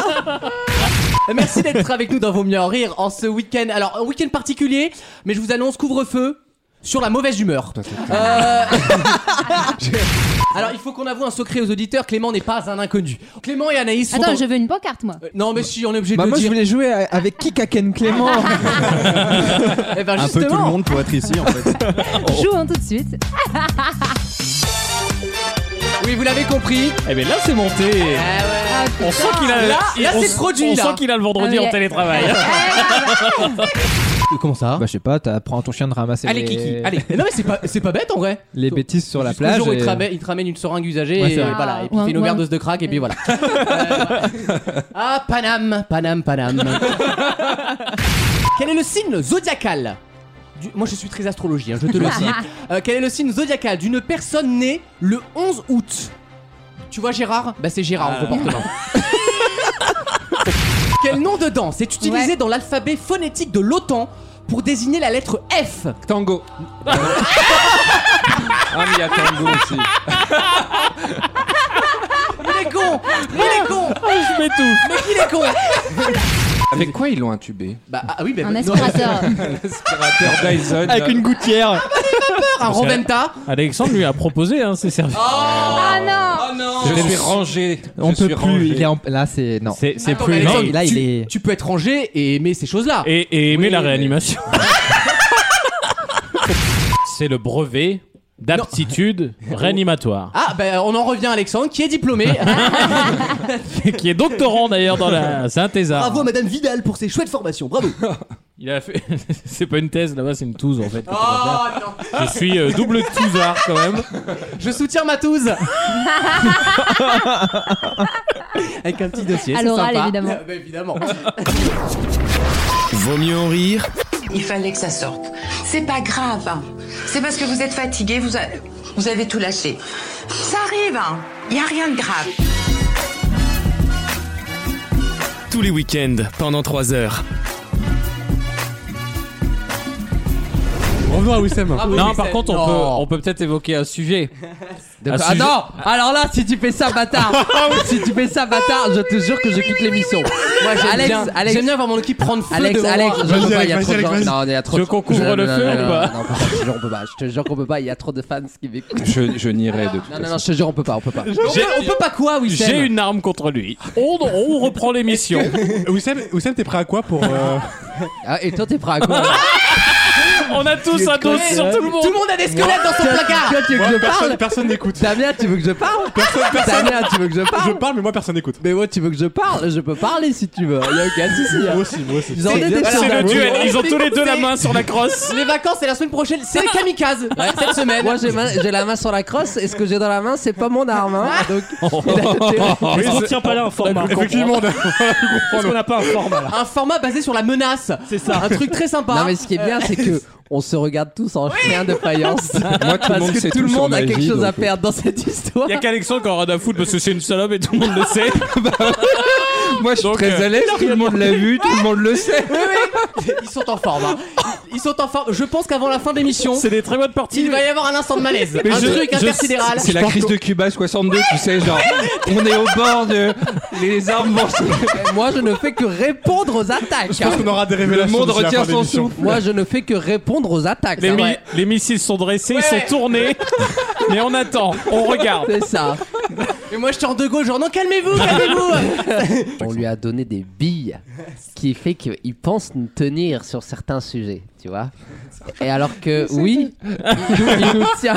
D: Merci d'être avec nous dans Vos Mieux en Rire en ce week-end. Alors, un week-end particulier, mais je vous annonce couvre-feu sur la mauvaise humeur. Euh, Alors, il faut qu'on avoue un secret aux auditeurs Clément n'est pas un inconnu. Clément et Anaïs sont.
J: Attends,
D: en-
J: je veux une pancarte, moi.
D: Non, mais si, on est obligé
G: Bah
D: de
G: moi
D: le
G: je
D: dire.
G: voulais jouer à- avec Kikaken Clément.
N: Ah,
D: Eh ben,
L: Un peu tout le
D: justement.
L: monde pour être ici en fait.
J: Joue hein, tout de suite.
D: Oui, vous l'avez compris. Ah.
C: Eh ben là, c'est monté. On sent qu'il a.
D: Là,
C: il-
D: là,
C: on
D: c'est
C: s-
D: produit,
C: On
D: là.
C: sent qu'il a le vendredi
D: Ah, mais-
C: en télétravail.
G: Comment ça Bah je sais pas, t'apprends ton chien de ramasser
D: Allez,
G: les...
D: Kiki, allez. Mais Non, mais c'est pas, c'est pas bête en vrai.
G: les bêtises sur la
D: Parce que
G: plage.
D: le jour où il,
G: et-
D: te ramène, il te ramène une seringue usagée
G: Ouais,
D: et,
G: c'est vrai.
D: voilà, et puis
G: Ah,
D: il fait une
G: ouais.
D: overdose de crack et puis voilà. Euh, voilà. ah, Paname, Paname, Paname. Quel est le signe zodiacal du- Moi je suis très astrologie, hein, je te le dis. Euh, quel est le signe zodiacal d'une personne née le 11 août Tu vois Gérard Bah c'est Gérard
G: Ah.
D: en comportement. Quel nom de danse est utilisé dans l'alphabet phonétique de l'OTAN pour désigner la lettre F Tango.
L: Ah mais il y a Tango aussi.
D: Il est con Il est con
C: Je mets tout
D: Mais qu'il est con
L: Avec quoi ils l'ont intubé
D: Bah ah oui, bah,
J: Un
D: bah, non.
J: aspirateur.
L: Aspirateur Dyson.
G: Avec une gouttière.
D: un
C: Parce que-
D: Roventa.
C: Alexandre lui a proposé hein, ses services.
D: Oh.
J: Ah non
L: Je
C: C'était
L: suis
C: le-
L: rangé.
G: On
L: Je
G: peut plus,
L: suis rangé.
G: il est en... là c'est non.
C: C'est c'est
D: Attends,
C: plus.
D: mais Alexandre,
C: non,
G: là, il
D: tu,
G: est-
D: tu peux être rangé et aimer ces choses-là.
C: Et, et aimer la réanimation. c'est le brevet d'aptitude réanimatoire.
D: Ah bah on en revient à Alexandre qui est diplômé.
C: qui est doctorant d'ailleurs dans la. C'est un thésard.
D: Bravo à Madame Vidal pour ses chouettes formations. Bravo.
C: Il a fait. c'est pas une thèse là-bas, c'est une touze en fait.
D: Oh non.
C: Je suis euh, double touzard quand même.
D: Je soutiens ma touze. Avec un petit dossier.
J: À
D: c'est
J: l'oral,
D: sympa.
J: évidemment.
D: Euh, bah, évidemment.
A: Vaut mieux en rire
B: Il fallait que ça sorte. C'est pas grave. hein. C'est parce que vous êtes fatigué, vous, a- vous avez tout lâché. Ça arrive, hein. il n'y a rien de grave.
A: tous les week-ends pendant 3 heures.
I: Revenons à Wissem.
D: Bravo,
C: non,
D: Wissem.
C: par contre, on
D: Non.
C: peut, on peut peut-être évoquer un sujet. Un
E: Ah
C: sujet-
E: non Alors là, si tu fais ça, bâtard
D: Ah
E: Si tu fais ça, bâtard, je te jure que je quitte l'émission.
D: Moi j'aime
E: Alex,
D: bien,
E: Alex,
D: j'aime bien voir mon équipe prendre feu
E: Alex,
D: devant
E: Alex,
D: moi.
E: je peux pas, il y a
D: Vas-y,
E: trop de
D: Alex,
E: gens.
D: vas-y.
E: Non, il y a trop
C: Tu
E: de
C: veux qu'on couvre
E: Non,
C: le
E: non,
C: feu
E: non,
C: ou
E: non,
C: pas
E: Non, par contre, je te jure, on peut pas. Je te jure qu'on peut pas, il y a trop de fans qui m'écoutent.
L: Je, je nierai de toute
E: Non, non, non,
L: façon.
E: je te jure, on peut pas, on peut pas.
D: On peut- on peut pas quoi, Wissem
C: J'ai une arme contre lui.
D: Ah.
C: On, on reprend l'émission.
I: Euh, Wissem, Wissem, t'es prêt à quoi pour. euh,
E: Ah, et toi, t'es prêt à quoi là
C: On a tous un dos sur tout le monde.
D: Tout le monde a des squelettes dans son
E: Toi,
D: placard.
E: toi, tu veux que
I: Moi,
E: je
I: personne
E: parle
I: personne n'écoute.
E: Damien, tu veux que je parle
I: Personne, personne.
E: Damien, tu veux que je parle
I: Je parle, mais moi, personne n'écoute.
E: Mais moi, tu veux que je parle Je peux parler si tu veux. Il y a aucun souci.
I: Moi
E: hein.
I: aussi, moi aussi.
E: Ils en ont des
C: C'est
E: choses
C: le
E: à dire.
C: duel. Ils ont tous les deux la main sur la crosse.
D: Les vacances c'est la semaine prochaine, c'est le kamikaze cette semaine.
E: Moi, j'ai ma- j'ai la main sur la crosse et ce que j'ai dans la main, c'est pas mon arme. hein.
D: Ah.
E: Donc,
M: Est-ce qu'on tient pas là un format
I: Effectivement, on a-
M: Est-ce qu'on n'a pas un format là
D: un format basé sur la menace. C'est ça. Un truc très sympa.
E: Non mais ce qui est bien c'est que on se regarde tous en chien de faïence.
L: Moi, tout le
E: Parce
L: monde
E: que
L: sait
E: tout le
L: tout sur
E: monde a
L: ma
E: quelque
L: vie,
E: chose à
L: donc, euh.
E: perdre dans cette histoire.
C: Il y a qu'Alexandre qui aura d'un foot parce que c'est une salope et tout le monde le sait.
G: Bah,
L: Moi, je suis
C: Donc,
L: très
C: euh,
L: à l'aise. Tout le monde l'a vu, tout le monde le sait.
D: Ils sont en forme. hein. Ils sont en forme. Je pense qu'avant la fin de l'émission,
C: C'est des très bonnes parties.
D: il va y avoir un instant de malaise, un truc intersidéral.
L: C'est la crise de Cuba 62, tu sais, genre, on est au bord de. Les
I: Ah,
L: armes vont se-
E: Moi, je ne fais que répondre aux attaques.
L: Je pense qu'on aura des révélations Le monde d'ici la retient fin de son l'émission. souffle.
E: Moi, je ne fais que répondre aux attaques.
C: Les,
E: c'est
C: mi-
E: vrai.
C: les missiles sont dressés, ils sont tournés, mais on attend, on regarde.
E: C'est ça.
D: Et moi, j'étais en de gauche, genre non, calmez-vous, calmez-vous.
E: On lui a donné des billes, ce qui fait qu'il pense nous tenir sur certains sujets, tu vois. Et alors que, oui, il nous, il nous tient.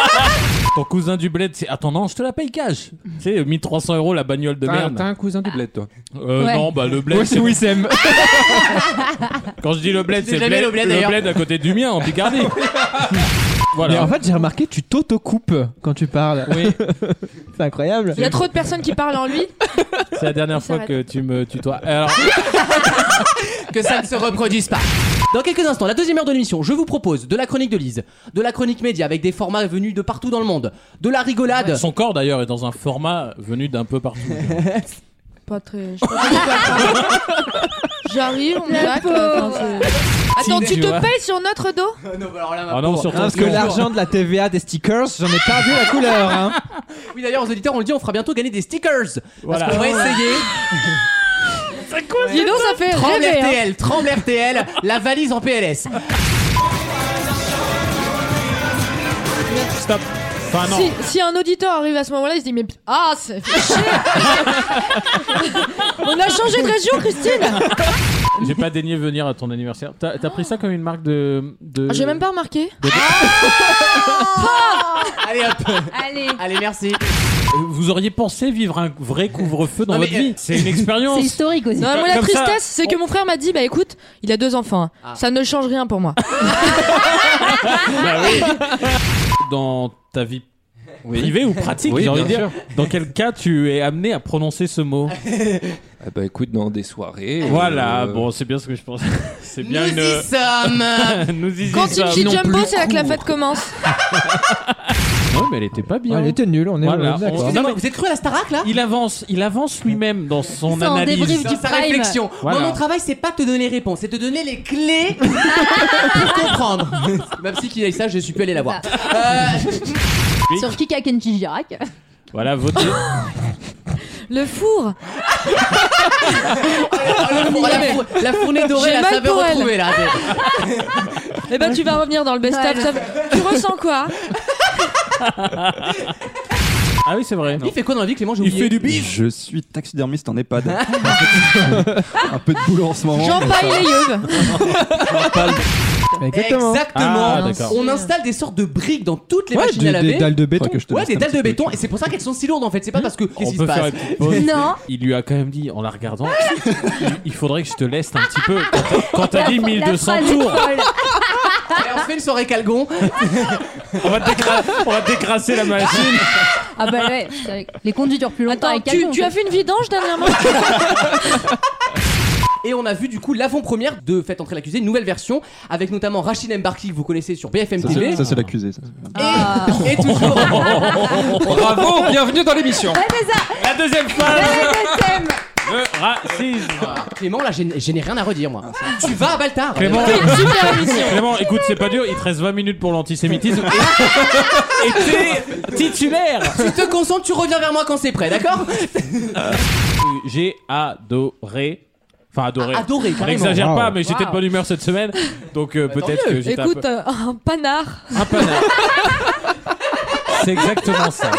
C: Ton cousin du bled, c'est. Attends, non, je te la paye cash. Tu sais, 1300 euros la bagnole de
L: T'as-
C: merde.
L: t'as un cousin du bled, toi
C: Euh,
L: Ouais.
C: Non, bah le bled.
L: Moi, c'est Wissem.
C: Quand je dis le bled,
L: J'ai
C: c'est
L: jamais
C: bled-
L: le bled,
C: le
L: d'ailleurs.
C: bled à côté du mien en Picardie. voilà.
G: Mais en fait, j'ai remarqué, tu t'auto-coupes quand tu parles.
C: Oui.
G: c'est incroyable.
F: Il y a trop de personnes qui parlent en lui.
C: C'est la dernière fois
F: s'arrête.
C: que tu me tutoies. Alors,
D: que ça ne se reproduise pas. Dans quelques instants, la deuxième heure de l'émission, je vous propose de la chronique de Lise, de la chronique média avec des formats venus de partout dans le monde, de la rigolade.
C: son corps d'ailleurs est dans un format venu d'un peu partout.
F: Pas très. je sais pas pourquoi. J'arrive, on me
J: La
F: claque,
J: pauvre.
F: enfin, c'est- Attends,
G: Tine,
F: tu
G: tu
F: te
G: vois.
F: payes sur notre dos
C: Ah non, surtout
G: Hein, parce que l'argent de la TVA des stickers, j'en ai pas vu la couleur. Hein.
L: Ah,
D: Oui, d'ailleurs, aux auditeurs, on le dit, on fera bientôt gagner des stickers.
G: Voilà.
D: Parce qu'on va essayer.
F: Dis donc, ça fait
D: Tremble
F: rêver, hein.
D: RTL, tremble RTL, la valise en PLS.
C: Stop.
D: Ah
C: Enfin, non.
F: Si, si un auditeur arrive à ce moment-là, il se dit mais p- ah, ça fait chier. On a changé de région, Christine.
C: J'ai pas daigné venir à ton anniversaire. T'as t'as pris ça comme une marque de. de...
F: Ah, J'ai même pas remarqué.
D: Allez hop.
J: Allez.
D: Allez, merci.
C: Euh, Vous auriez pensé vivre un vrai couvre-feu dans
D: Non, mais,
C: votre
D: euh,
C: vie C'est une
J: C'est
C: expérience.
J: historique aussi.
F: Non, moi, la
C: Comme ça,
F: tristesse, c'est que mon frère m'a dit bah écoute, il a deux enfants, hein.
D: Ah.
F: ça ne change rien pour moi.
C: Bah oui. Dans ta vie privée ou pratique,
L: Oui,
C: j'ai envie de
L: bien
C: dire. Dans quel cas tu es amené à prononcer ce mot
L: Ah bah écoute, dans des soirées. euh,
C: Voilà, bon, c'est bien ce que je pense. C'est bien
D: Nous
C: une.
D: y sommes.
C: Nous y
F: Quand tu
C: sommes.
F: me dis jumbo, c'est là que la fête commence.
C: Non, mais elle était pas bien.
G: Ouais, elle était nulle, on est
C: Voilà,
G: on est d'accord.
C: on- Non, mais
D: Vous êtes cru à la Starac là
C: Il avance, il avance lui-même dans son
J: Sans
C: analyse.
J: débrief du
D: Dans sa
J: prime.
D: réflexion.
C: Voilà.
D: Moi, mon travail, c'est pas de te donner les réponses, c'est de te donner les clés pour comprendre. Ma psy qui a dit ça, je suis plus allé la voir. Euh,
J: Sur Kika Kenji Girac.
C: Voilà, votez.
F: Le four.
D: oh, la, four- la fournée dorée,
F: J'ai
D: la
F: mal
D: saveur
F: pour elle.
D: retrouvée là.
F: Eh ben tu vas revenir dans le best-of.
J: Ouais.
F: ça va- Tu ressens quoi
C: Ah oui, c'est vrai.
D: Il fait quoi dans la vie, Clément J'ai
M: Il
D: oublié.
M: fait du bif.
O: Je suis taxidermiste en EHPAD. un peu de boulot en ce moment.
F: Jean
O: mais
F: paille
O: ça-
F: les yeux.
G: Exactement.
O: Ah,
D: Exactement.
O: d'accord.
D: on installe des sortes de briques dans toutes les
G: Ouais,
D: machines
G: des-
D: à laver.
G: des dalles de béton. Faudrait que je te
D: Ouais,
G: laisse
D: des
G: un
D: dalles
G: petit
D: de
G: peu
D: béton. Et c'est pour ça qu'elles sont si lourdes en fait. C'est pas parce que qu'est-ce
C: On
D: qui se
C: peut faire
D: passe
C: une petite pause.
J: Non.
C: Il lui a quand même dit en la regardant il- il faudrait que je te laisse un petit peu. Quand t'as- Quand t'as dit
J: La- la
C: 1200
J: phrase est
C: tours,
J: folle.
D: Allez, On se fait une soirée calgon.
C: on va, décra- on va décrasser la machine.
J: Ah bah ouais, c'est vrai que les conduits durent plus longtemps
F: Attends,
J: avec
F: tu,
J: Calgon,
F: tu
J: en
F: as fait une vidange dernièrement
D: Et on a vu du coup l'avant-première de Faites entrer l'accusé, une nouvelle version avec notamment Rachid Mbarki que vous connaissez sur BFM
O: Ça,
D: TV.
O: c'est- ça, c'est l'accusé. ça.
D: Et toujours.
L: Bravo, bienvenue dans l'émission.
C: La deuxième phase Le racisme.
D: Clément, là, j'ai j'ai rien à redire moi. Tu vas à Baltar.
C: Clément,
F: Super émission.
C: Clément, écoute, c'est pas dur, il te reste 20 minutes pour l'antisémitisme. Et- Et t'es titulaire
D: Tu te concentres, tu reviens vers moi quand c'est prêt, d'accord
C: J'ai adoré. Enfin, adoré.
D: Ah, adoré,
C: On
D: carrément.
C: n'exagère pas, mais
D: Wow.
C: j'étais de bonne humeur cette semaine. Donc euh, peut-être
D: mieux.
C: que j'étais un peu.
F: Écoute, euh, un panard.
C: Un panard. C'est exactement ça.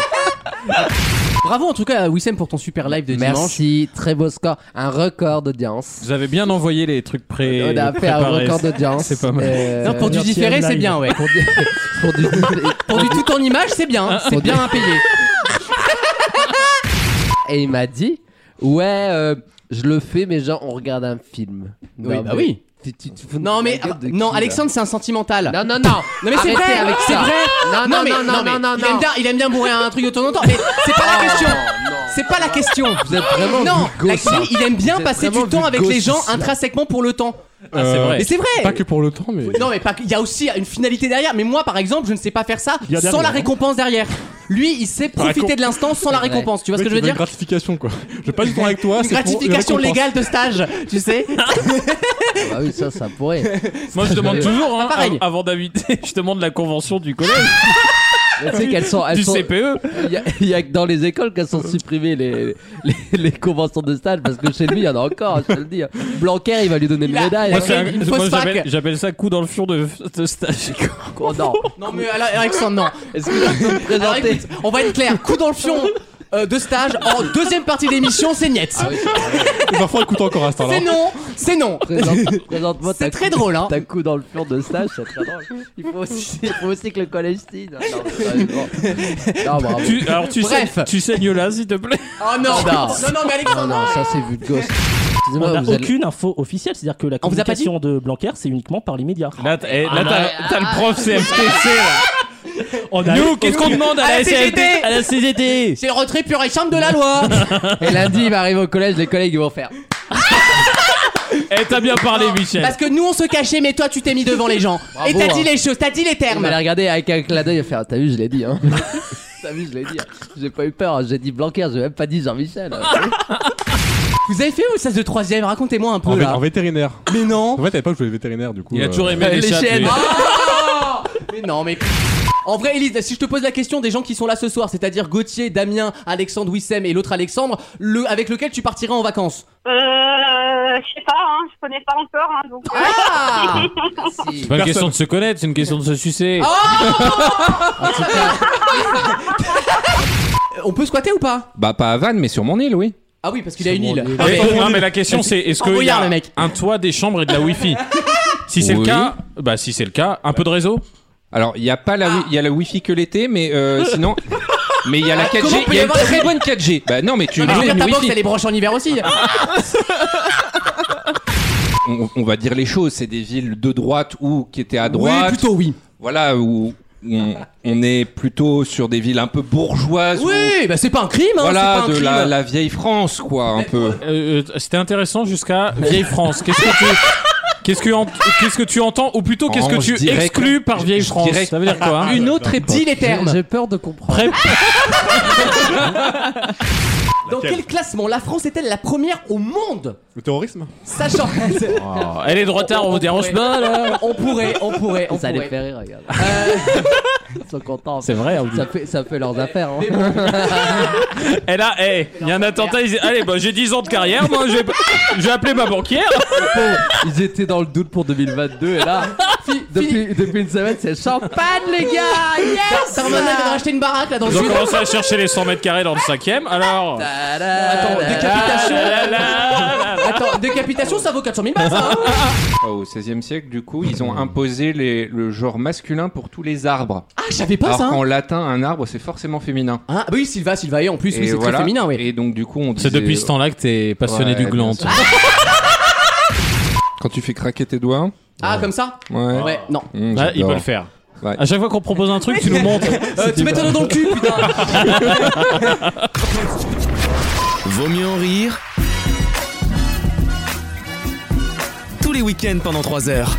D: Bravo en tout cas à Wissem pour ton super live de dimanche.
E: Merci, très beau score. Un record d'audience.
C: Vous avez bien envoyé les trucs pré.
E: On a fait un
C: préparés.
E: record d'audience.
C: C'est pas mal.
E: Euh,
D: Non, pour du différé, c'est bien, ouais.
E: pour du- pour du-
D: Pour du tout en image, c'est bien, hein. c'est bien impayé.
E: Et il m'a dit Ouais, euh, je le fais, mais genre, on regarde un film.
D: Oui,
E: Non,
D: bah
E: mais-
D: oui.
E: Tu- tu te fous de
D: Non
E: la
D: mais
E: gueule de
D: non,
E: qui, là
D: Alexandre c'est un sentimental. Ah,
E: Non, non, non.
D: Non mais c'est
E: Arrêtez
D: vrai,
E: avec
D: c'est
E: ça.
D: vrai.
E: Non, non,
D: mais-
E: non, non,
D: mais
E: non, non,
D: il aime
E: non.
D: bien- Il aime bien bourrer un truc de temps en temps, mais c'est pas la question. C'est pas la question.
E: Vous êtes vraiment
D: Non,
E: vulgos,
D: la-
E: ça.
D: il aime bien
E: Vous êtes
D: passer du
E: vraiment
D: temps avec
E: vulgos,
D: les gens
E: ça.
D: intrinsèquement pour le temps.
C: Ah, c'est vrai.
D: Mais c'est vrai.
I: Pas que pour le temps, mais.
D: Non mais pas. Il y a aussi une finalité derrière. Mais moi par exemple, je ne sais pas faire ça
I: Il y a
D: sans
I: derrière,
D: la
I: hein.
D: récompense derrière. Lui, il sait profiter de l'instant sans la récompense. Tu vois ce que je veux dire
I: Une gratification, quoi. Je vais pas du temps avec
A: Ah,
I: toi.
D: Une
I: c'est pour
D: gratification
I: récompense.
D: légale de stage, tu sais
E: Ah oui, ça, ça pourrait.
C: Moi, je demande toujours, hein,
E: Ah,
D: Pas pareil.
C: av- avant d'inviter, je demande la convention du collège.
E: Mais tu sais qu'elles sont. Elles
C: du E.
E: sont-
C: CPE.
E: Il y a- Il y, a Ah, que dans les écoles qu'elles sont supprimées les, les, les conventions de stage parce que chez lui il y en a encore, je te le dis. Blanquer il va lui donner une médaille.
C: Moi,
E: hein.
C: c'est un- moi, j'appelle- j'appelle ça coup dans le fion de, de stage.
E: Oh, non.
D: Non mais alors, Alexandre, non. Est-ce que tu peux me présenter On va être clair. Coup dans le fion euh, de stage en deuxième partie d'émission, c'est Niette.
I: Les enfants écoutent encore à ce temps-là.
D: c'est non, c'est non.
E: Présente- Présente-moi
D: C'est très drôle, hein.
E: T'as coup dans le flanc de stage, c'est très drôle. Il faut aussi, il faut aussi que le collège signe. Non, sérieusement. Non, bravo.
C: Tu- alors tu
E: Bref.
C: saignes, tu saignes là, s'il te plaît.
D: Oh non.
E: Non.
D: non, non, mais Alexandre.
E: Non, non, ça c'est vu de gosse.
M: On
E: Excusez-moi,
M: n'a
E: vous allez-
M: aucune info officielle, c'est-à-dire que la
D: On vous a pas dit
M: communication de Blanquer, c'est uniquement par les médias.
C: Là, t'as eh, là,
M: Ah,
C: t'as- t'as le prof CFTC. Là.
M: On a-
C: Nous, qu'est-ce qu'on demande à,
D: À la
C: CFTC
D: CGT.
C: À la CGT
D: C'est le retrait pur et simple de la loi.
E: Et lundi il va arriver au collège, les collègues ils vont faire.
C: Eh, t'as bien parlé, Michel.
D: Parce que nous on se cachait, mais toi tu t'es mis devant les gens.
E: Bravo,
D: et t'as
E: hein.
D: dit les choses, t'as dit les
E: Il va
D: termes.
E: les regarder avec un clin d'œil et faire T'as vu, je l'ai dit, hein. T'as vu, je l'ai dit. J'ai pas eu peur, hein. j'ai dit Blanquer, j'ai même pas dit Jean-Michel.
D: Vous avez fait où ça de troisième Racontez-moi un peu
I: En, vé-
D: là.
I: en vétérinaire.
D: Mais non.
I: En fait, à l'époque, je voulais vétérinaire, du coup.
C: Il a
I: euh,
C: toujours aimé les,
D: les
C: chats.
D: chiennes.
C: lui.
D: Ah mais non, mais. En vrai, Elise, si je te pose la question des gens qui sont là ce soir, c'est-à-dire Gauthier, Damien, Alexandre Wissem et l'autre Alexandre, le, avec lequel tu partirais en vacances
P: Euh, je sais pas, hein, je connais pas encore. Hein, donc, euh,
D: Ah
C: C'est pas une question de se connaître, c'est une question de se sucer.
D: Euh, On peut squatter ou pas
L: Bah, pas à Vannes, mais sur mon île, oui.
D: Ah oui, parce qu'il a une île.
C: Mais-
D: Ah, mais-
C: non, mais la question c'est est-ce
D: En
C: qu'il y
D: brouillard,
C: a
D: le mec.
C: un toit, des chambres et de la Wi-Fi Si c'est le
L: Oui.
C: cas, bah si c'est le cas, un peu de réseau.
L: Alors, il y a pas la, wi- il y a la Wi-Fi que l'été, mais euh, sinon. Mais il y a la
D: Ah, comment
L: 4G,
D: peut
L: il
D: y
L: y a une
D: avoir
L: très
D: des-
L: bonne 4G. Bah non, mais tu.
D: Non, mais je veux dire,
L: loues une
D: ta box,
L: Wi-Fi.
D: elle est branche en hiver aussi.
L: on, on va dire les choses, c'est des villes de droite ou qui étaient à droite.
D: Oui, plutôt oui.
L: Voilà, où, où on, on est plutôt sur des villes un peu bourgeoises.
D: oui, bah c'est pas un crime,
L: où-
D: hein, c'est
L: voilà,
D: pas un
L: de
D: crime.
L: la, la vieille France, quoi, un peu.
C: Euh, euh, C'était intéressant jusqu'à vieille France. Qu'est-ce que tu Qu'est-ce que, en- qu'est-ce que tu entends ou plutôt qu'est-ce que
L: Oh, je
C: tu
L: dirais
C: exclus par vieille France
L: dirais-
C: Ça veut dire quoi hein
D: Une autre époque. Dis les termes.
E: J'ai peur de comprendre.
C: Pré-
D: Dans quel classement la France est-elle la première au monde
I: Le terrorisme
D: Sachant.
C: Oh, Elle est de retard, on vous dérange pas là
D: on pourrait, on pourrait, on
E: Ça les
D: pourrait.
E: fait rire, regarde. Ils sont contents.
C: C'est vrai.
E: Ça fait, ça fait leurs affaires. hein.
C: Et Eh là, hey, il y a un attentat. ils disent, Allez, bah, j'ai 10 ans de carrière, moi je vais, je vais appeler ma banquière.
E: Ils étaient dans le doute pour 2022 et là, depuis, depuis une semaine, c'est champagne, les gars. Yes.
D: Ça remonte à racheter une baraque là dans le
C: Ils ont
D: sud.
C: commencé à chercher les 100 mètres carrés dans le cinquième. Alors,
D: Attends, décapitation.
C: la, la, la, la.
D: Attends, décapitation, ça vaut 400 000 balles, ça. hein
L: Au XVIe siècle, du coup, ils ont imposé les- le genre masculin pour tous les arbres.
D: Ah, je savais pas
L: Alors
D: ça. hein.
L: qu'en latin, un arbre, c'est forcément féminin.
D: Hein bah oui, Sylvain, Sylvain, et en plus,
L: Et
D: oui, c'est
L: voilà.
D: très féminin, oui.
L: Et donc, du coup, on
C: c'est
L: disait-
C: depuis ce temps-là que t'es passionné
L: Ouais,
C: du
L: bien
C: gland. Ah,
L: sûr. Quand tu fais craquer tes doigts.
D: Ah, comme ça
L: Ouais.
D: Ouais, non.
L: Mmh,
C: Ah, il
L: j'adore.
C: peut le faire.
L: Ouais.
C: À chaque fois qu'on propose un truc, tu nous montres.
D: Euh, tu mets ton doigt dans le cul, putain.
A: Vaut mieux en rire. Tous les week-ends pendant 3 heures.